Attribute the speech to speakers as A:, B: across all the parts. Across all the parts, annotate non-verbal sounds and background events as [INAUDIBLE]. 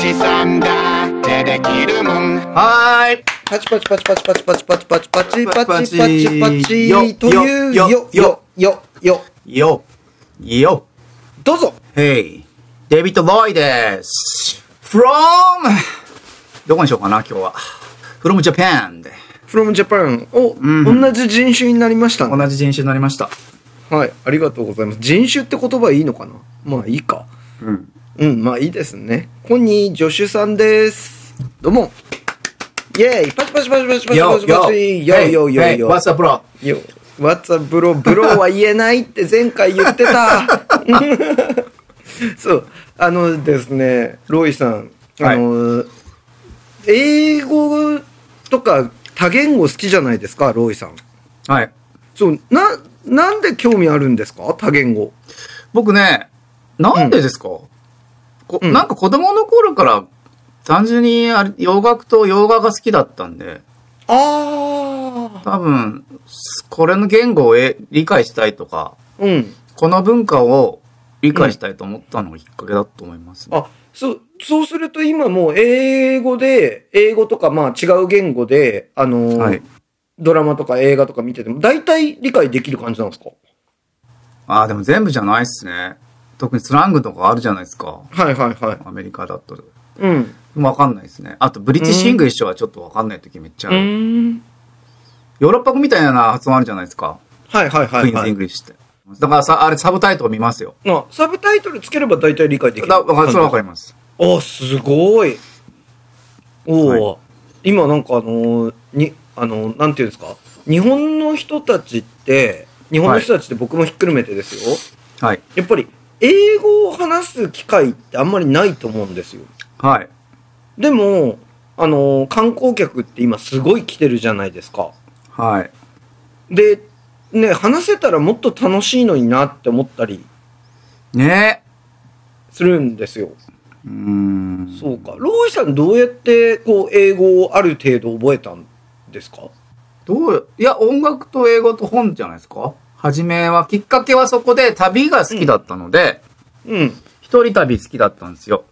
A: じさんだってできるもん
B: はーい。
C: パチパチパチパチパチパチパチパチパチパチパチパチパチ
B: よ
C: という
B: よ
C: よよ
B: よ
C: よよ
B: よ、よ、
C: どうぞ
B: Hey! デビッド・ロイです。from どこにしようかな、今日は。from Japan で。
C: from Japan お
B: うん
C: 同じ人種になりましたね
B: 同じ人種になりました。
C: はいありがとうございます人種って言葉いいのかなまあいいか
B: うん。
C: うんまあいいですねコニー助手さんですどうもイェーイパチパチパチパチパチパチパチよよよよ
B: Hey, hey, what's up, bro?
C: よ What's a bro? ブローは言えないって前回言って [LAUGHS] た。そう。あのですね、ロイさん。あの、英語とか多言語好きじゃないですか、ロイさん。
B: はい。
C: そう。な、なんで興味あるんですか多言語。
B: 僕ね、なんでですか、こ
C: うん
B: なんか子供の頃から単純にあれ洋楽と洋画が好きだったんで、
C: ああ。
B: 多分、これの言語をえ理解したいとか、
C: うん。
B: この文化を理解したいと思ったのがきっかけだと思います、ね
C: あ、そう、そうすると今もう英語で、英語とかまあ違う言語で、あの、
B: はい
C: ドラマとか映画とか見てても、大体理解できる感じなんですか
B: ああ、でも全部じゃないっすね。特にスラングとかあるじゃないですか。
C: はいはいはい。
B: アメリカだと。
C: うん。
B: わかんないですね。あと、ブリティッシュ・イングリッシュはちょっとわかんない時めっちゃあ
C: う
B: る。
C: ん。
B: ヨーロッパ語みたいな発音あるじゃないですか。
C: はいはい
B: ク
C: は
B: イー
C: い、
B: ン
C: は
B: ズ・イン
C: い。
B: グリッシュって。だからさ、あれサブタイトル見ますよ。
C: あサブタイトルつければ大体理解できる。
B: だわかそれはわかります。
C: おすごい。おお、今なんかあのーに、あのーなんていうんですか日本の人たちって、日本の人たちって僕もひっくるめてですよ。
B: はい。
C: やっぱり英語を話す機会ってあんまりないと思うんですよ。
B: はい。
C: でも、あのー観光客って今すごい来てるじゃないですか。
B: はい。
C: で、ね、話せたらもっと楽しいのになって思ったり
B: ね
C: するんですよ。
B: え。うーん。
C: そうか。ロイさんどうやってこう英語をある程度覚えたんですか
B: どう、いや、音楽と英語と本じゃないですか。はじめは、きっかけはそこで旅が好きだったので、
C: うん。
B: 一人旅好きだったんですよ。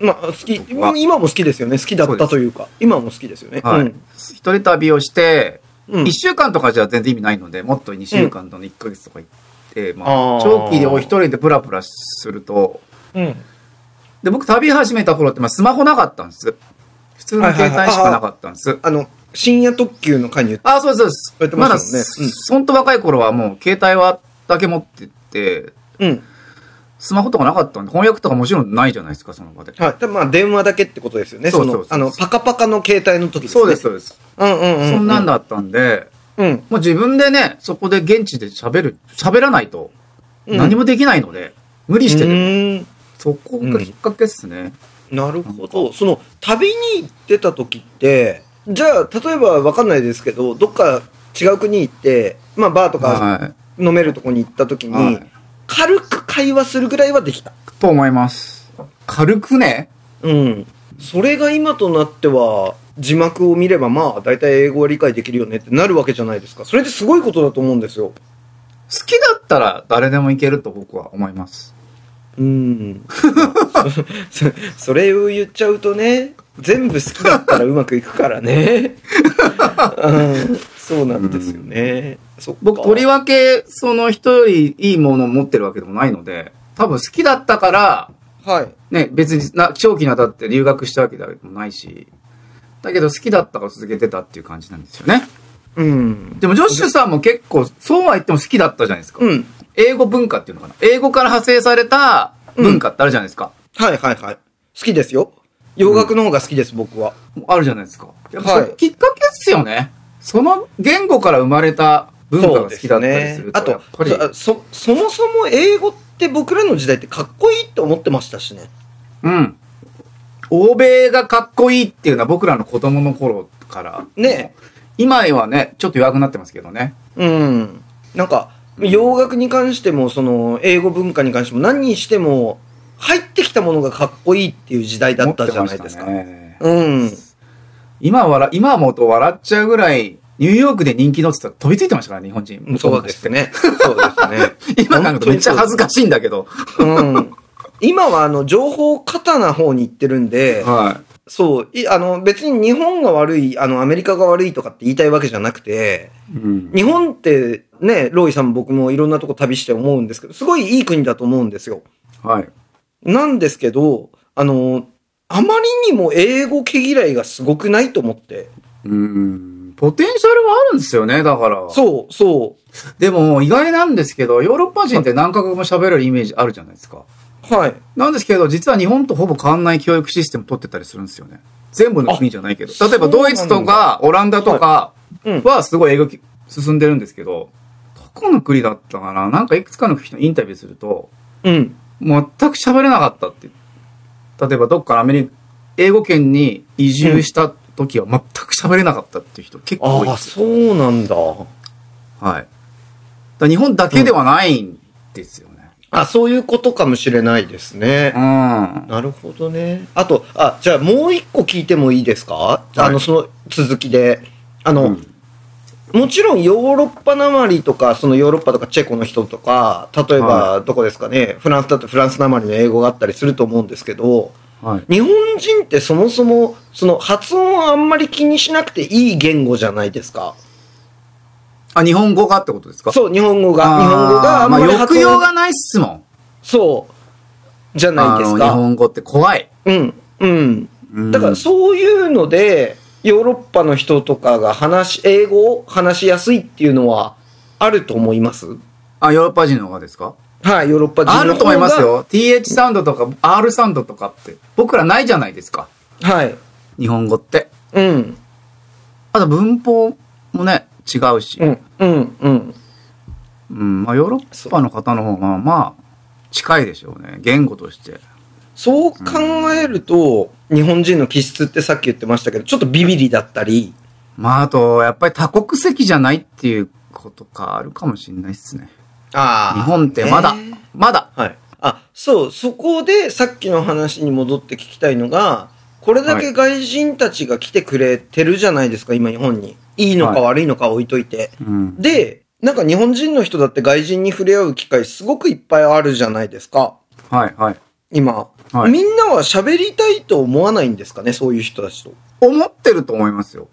C: まあ、好き。
B: 僕は
C: 今も好きですよね。好きだったというか。今も好きですよね。
B: はい。
C: うん
B: 一人旅をして、
C: うん
B: 一週間とかじゃ全然意味ないので、もっと2週間とか1ヶ月とか行って、まあ
C: あー、
B: 長期を一人でプラプラすると、
C: うん。
B: で、僕旅始めた頃って、まあ、スマホなかったんです。普通の携帯しかなかったんです。
C: あの、深夜特急の加入。
B: あー、そうです、
C: や
B: そうで
C: って
B: す。
C: ま
B: まだ、
C: したもんねうん
B: ほんと若い頃はもう携帯はだけ持ってて、
C: うん。
B: スマホとかなかったんで、翻訳とかもちろんないじゃないですか、その場で。
C: はい。たまあ、電話だけってことですよね。
B: そ
C: そう
B: そうそ
C: の
B: う、
C: あの、パカパカの携帯の時ですね。
B: そうです、。そうです。
C: うんうんうん。
B: そんなん。だったんで、
C: うん。
B: もう自分でね、そこで現地で喋る、喋らないと、
C: うん
B: 何もできないので、無理して
C: う
B: でも
C: ーん
B: そこがきっかけっすね。
C: なるほど。その、旅に行ってた時って、じゃあ、例えばわかんないですけど、どっか違う国行って、まあ、バーとか
B: は
C: 飲めるとこに行った時に、
B: はい
C: 軽く会話するぐらいはできた。
B: い。と思います。軽くね、
C: うん。それが今となっては、字幕を見れば、まあ、大体英語は理解できるよねってなるわけじゃないですか。それってすごいことだと思うんですよ。
B: 好きだったら誰でもいけると僕は思います。
C: うん。そそれを言っちゃうとね、全部好きだったらうまくいくからね。うん、そうなんですよね。そっか
B: 僕、とりわけ、その人よりいいものを持ってるわけでもないので、多分好きだったから、
C: はい。
B: ね、別にな、長期にわたって留学したわけでもないし、だけど好きだったから続けてたっていう感じなんですよね。
C: うん。
B: でも、ジョッシュさんも結構、そうは言っても好きだったじゃないですか。
C: うん。
B: 英語文化っていうのかな。英語から派生された文化ってあるじゃないですか。
C: はいはいはい。好きですよ。洋楽の方が好きです、僕は。
B: あるじゃないですか。やっぱ
C: はい
B: それきっかけっすよね。その言語から生まれた文化が好きだったりすると、
C: そう
B: や
C: で
B: っ
C: すね
B: ぱり、
C: あとそ、そそもそも英語って僕らの時代ってかっこいいって思ってましたしね。
B: うん。欧米がかっこいいっていうのは僕らの子供の頃から。
C: ね
B: 今はね、ちょっと弱くなってますけどね。
C: うん。なんか、洋楽に関しても、その、英語文化に関しても、何にしても、入ってきたものがかっこいいっていう時代だったじゃないですか。
B: 思ってましたね
C: うん。
B: 今笑、今思うと笑っちゃうぐらい、ニューヨークで人気のって言ったら飛びついてましたからね、日本人。 [LAUGHS]
C: そうですね。そうですね。
B: 今なんかめっちゃ恥ずかしいんだけど。
C: うん。今はあの、情報過多な方に行ってるんで、
B: は
C: そう、いあの、別に日本が悪い、あの、アメリカが悪いとかって言いたいわけじゃなくて、
B: い。うん。
C: 日本ってね、ロイさんも僕もいろんなとこ旅して思うんですけど、すごいいい国だと思うんですよ。
B: はい。
C: なんですけど、あの、あまりにも英語毛嫌いがすごくないと思って。
B: うん。ポテンシャルはあるんですよね、だから。
C: そう、そ
B: でも、意外なんですけど、ヨーロッパ人って何カ国も喋れるイメージあるじゃないですか。
C: う。はい。
B: なんですけど、実は日本とほぼ変わんない教育システム取ってたりするんですよね。全部の国じゃないけど。
C: あ
B: 例えばドイツ
C: そうな
B: と
C: ん
B: か、オランダとか
C: うん。
B: はすごい英語き進んでるんですけど、どこの国だったかななんかいくつかの人にインタビューすると、
C: うん。
B: 全く喋れなかったって。例えばどっかのアメリカ、英語圏に移住した時は全く喋れなかったっていう人結構多い
C: あ
B: で
C: あ、
B: す。
C: そうなんだ。
B: はい。だから日本だけではないんですよね。
C: あ、そういうことかもしれないですね。
B: うん。
C: なるほどね。あと、あ、じゃあもう一個聞いてもいいですか、あの、その続きで。あの、
B: うん
C: もちろんヨーロッパなまりとか、そのヨーロッパとかチェコの人とか、例えばどこですかね、フランスだとフランスなまりの英語があったりすると思うんですけど、
B: はい。
C: 日本人ってそもそも、その発音をあんまり気にしなくていい言語じゃないですか。
B: あ、日本語かってことですか
C: そう、日本語が。
B: あー
C: 日本語があんまり
B: あ
C: 発
B: 抑揚
C: 音、
B: がないっすもん。
C: そう、じゃないです
B: あの日
C: か。
B: 本語って怖い。
C: うん、うん。
B: うん
C: だからそういうので、ヨーロッパの人とかが話し、英語を話しやすいっていうのはあると思います
B: あ、ヨーロッパ人の方がですか
C: はい、ヨーロッパ人の方が。
B: あると思います。よ。TH サウンドとか R サウンドとかって。僕らないじゃないですか。
C: はい。
B: 日本語って。
C: うん、
B: あと文法もね、違うし。
C: う
B: うん。
C: ん、うん、うん。
B: まあヨーロッパの方の方が、まあ、近いでしょうね。言語として。
C: そう考えると、日本人の気質ってさっき言ってましたけど、ちょっとビビリだったり、
B: まああと、やっぱり多国籍じゃないっていうことかあるかもしれないですね。
C: あ
B: 日本ってまだ、まだ。
C: はい。あ、そう、そこでさっきの話に戻って聞きたいのが、これだけ外人たちが来てくれてるじゃないですか、今日本に。いいのか
B: は
C: 悪いのかは置いといて。
B: うん。
C: で、なんか日本人の人だって外人に触れ合う機会すごくいっぱいあるじゃないですか、
B: はい、はい。
C: 今。
B: はい
C: みんなは喋りたいと思わないんですかね、そういう人たちと。
B: 思ってると思いますよ。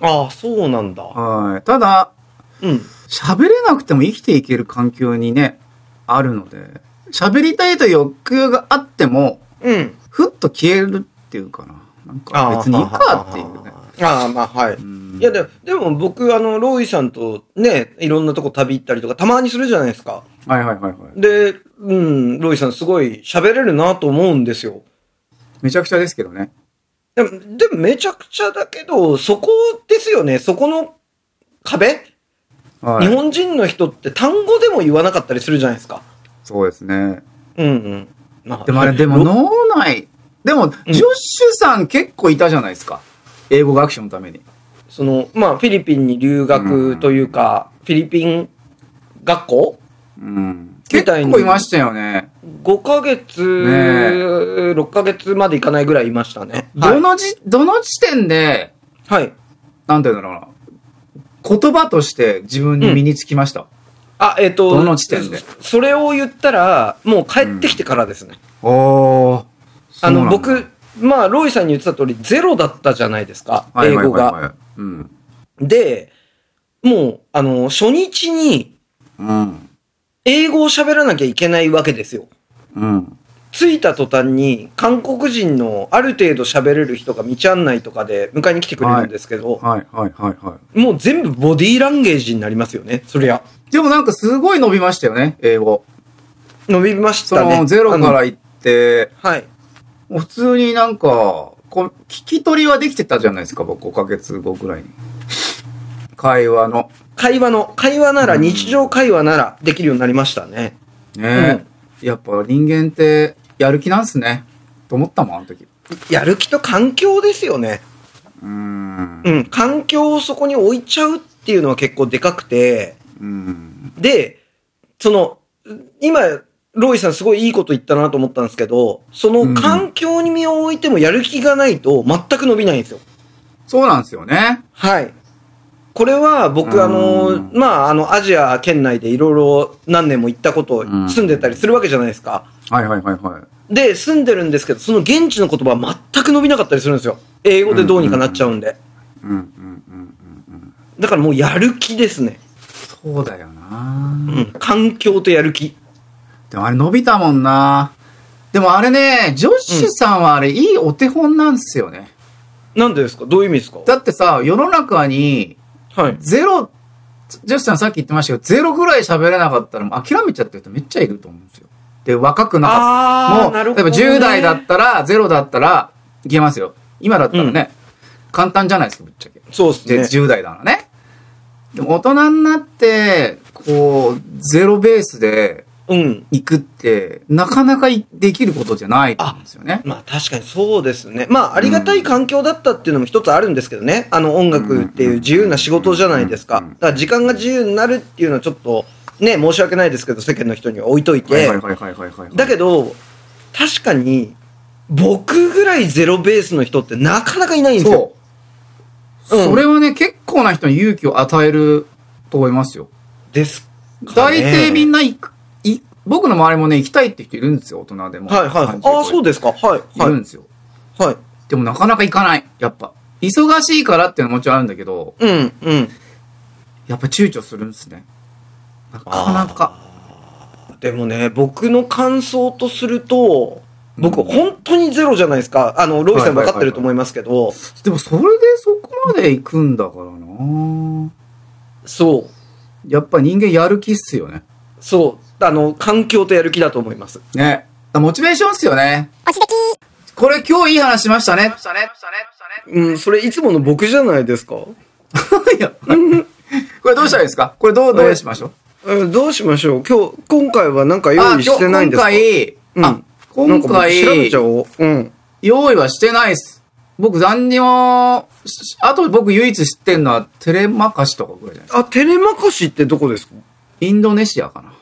C: ああ、そうなんだ。
B: はい。ただ、
C: うん。
B: 喋れなくても生きていける環境にね、あるので、喋りたいという欲求があっても、
C: うん。
B: ふっと消えるっていうかな。なんか別にいいかっていうね。
C: あーあー、まあはい。
B: うん
C: いやででも僕、あの、ロイさんとね、いろんなとこ旅行ったりとか、たまにするじゃないですか。
B: はいはいはいはい。
C: で、うん、ロイさんすごい喋れるなと思うんですよ。
B: めちゃくちゃですけどね。
C: でも、でもめちゃくちゃだけど、そこですよね、そこの壁
B: はい。
C: 日本人の人って単語でも言わなかったりするじゃないですか。
B: そうですね。
C: うんうん。ま
B: でもあれ、でも
C: ろ
B: 脳内、でも、ジョッシュさん結構いたじゃないですか。英語学習のために。
C: その、まあ、フィリピンに留学というか、フィリピン学校
B: うん。
C: み
B: 結
C: たいに
B: 構いましたよね。
C: ?5 ヶ月、
B: ね
C: 6ヶ月までいかないぐらいいましたね。は
B: ど
C: い。
B: のじ、どの時点で、
C: はい。
B: なんていうんだろうな。言葉として自分に身につきました。
C: あ、えっ、と、
B: どの時点で
C: そそれを言ったら、もう帰ってきてからですね。
B: おー。
C: あ
B: そう
C: の、
B: なんだ
C: 僕、まあ、ロイさんに言ってた通り、ゼロだったじゃないですか、
B: はい
C: 英
B: はい
C: 語
B: はい
C: が。
B: はい。うん。
C: で、もう、あの、初日に、
B: うん。
C: 英語を喋らなきゃいけないわけですよ。
B: うん。
C: 着いた途端に、韓国人のある程度喋れる人が道案内とかで迎えに来てくれるんですけど、
B: はいはいはいは
C: もう全部ボディーランゲージになりますよね、そりゃ。
B: い。でもなんかすごい伸びましたよね、英語。
C: 伸びまし
B: そ
C: たね。
B: の、ゼロか
C: あ
B: ら行って、
C: の。はい。
B: もう普通になんか、こう聞き取りはできてたじゃないですか、僕5ヶ月後くらいに。会話の。
C: 会話の、会話なら、日常会話ならできるようになりましたね。
B: ね、やっぱ人間ってやる気なんすね。と思ったもん、あの時。
C: やる気と環境ですよね。
B: うーん。
C: うん、環境をそこに置いちゃうっていうのは結構でかくて、
B: うん。
C: で、その、今、ロイさんすごいいいこと言ったなと思ったんですけど、その環境に身を置いてもやる気がないと全く伸びないんですよ。
B: そうなんですよね。
C: はい。これは
B: うん
C: 僕あの、まあ、あの、アジア圏内でいろいろ何年も行ったこと、
B: ん
C: 住んでたりするわけじゃないですか。
B: はいはいはいはい。
C: で、住んでるんですけど、その現地の言葉は全く伸びなかったりするんですよ。英語でどうにかなっちゃうんで。
B: うんうんうんうん
C: だからもうやる気ですね。
B: うん。そうだよな、
C: うん。環境とやる気。
B: でもあれ伸びたもんなでもあれね、ジョッシュさんはあれいいお手本なんですよね。
C: なんでですかどういう意味ですか
B: だってさ、世の中に
C: はい。
B: ゼロ、ジョッシュさんさっき言ってましたけど、ゼロぐらい喋れなかったらもう諦めちゃってる人めっちゃいると思うんですよ。で、若くなかった。も
C: あ
B: う、例えば10代だったら、0だったら、いけますよ。今だったらね、簡単じゃないですか、ぶっちゃけ。
C: そう
B: で、
C: ですね。
B: 10代ならね。でも大人になって、こう、ゼロベースで
C: うん。
B: 行くって、なかなかいできることじゃないと思うんですよね。
C: まあ確かにそうですね。まあありがたい環境だったっていうのも一つあるんですけどね。あの音楽っていう自由な仕事じゃないですか。だから時間が自由になるっていうのはちょっとね、申し訳ないですけど世間の人には置いとい
B: はい
C: て
B: はい。はいはいはいはい。
C: だけど、確かに僕ぐらいゼロベースの人ってなかなかいないんですよ
B: そ。う。
C: うん
B: それはね、結構な人に勇気を与えると思いますよ。
C: ですか
B: 大
C: ね。
B: 抵みんな行く、い僕の周りもね、行きたいって人いるんですよ、大人でも。
C: はいはい。ああ、そう
B: で
C: ですか。はい
B: いるん
C: は
B: ですよ。
C: い。はい。
B: でもなかなか行かない。やっぱ。忙しいからっていうのはもちろんあるんだけど、
C: うんうん。
B: やっぱ躊躇するんですね。なかなか。
C: でもね、僕の感想とすると、
B: う
C: 僕、
B: ん
C: 本当にゼロじゃないですか。あの、ロビーさ
B: はいはいは
C: ん
B: いはい
C: 分かってると思いますけど、
B: でもそれでそこまで行くんだからな
C: そう、
B: やっぱ人間やる気っすよね。
C: そう、あの、環境とやる気だと思います。
B: ね。モチベーションっすよね。これ今日いい話しましたね。 [LAUGHS]
C: うん、それいつもの僕じゃないですか。
B: いやこれどうしたらいいですかこれどう、どうしましょう
C: うんどうしましょう今日、今回はなんか用
B: あ、
C: 意してないんですか
B: 今回、
C: うん
B: あ、今
C: なんか僕調べ
B: 回
C: ちゃ、おう。うん。
B: 用意はしてないっす。僕何にも、しあと僕唯一知ってんのはテレマカシとかぐらいじゃないですか。
C: あ、テレマカシってどこですか
B: インドネシアかな。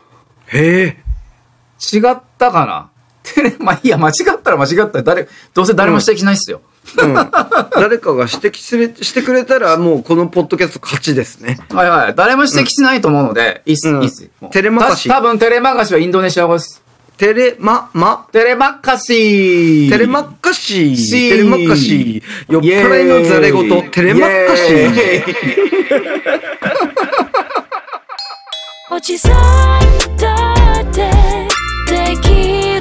C: へえ。
B: 違ったかなテレ、まあいいや、間違ったら間違ったら誰、どうせ誰も指摘しないっすよ。
C: うん、誰かが指摘すれしてくれたらもうこのポッドキャスト勝ちですね。
B: はいはい。誰も指摘しないと思うので、いいっす、
C: うん
B: いいっす。もう
C: テレマカシ
B: た多分テレマカシはインドネシア語です。
C: テレマ、マ、
B: テレマカシ
C: テレマッカシー、
B: し
C: テレマッカシー、酔っ払いのザレ
B: イエ
C: 言
B: ー、イ
C: テレマッカシ
B: イ
C: ー。
B: エーイ
D: おじさんだってできる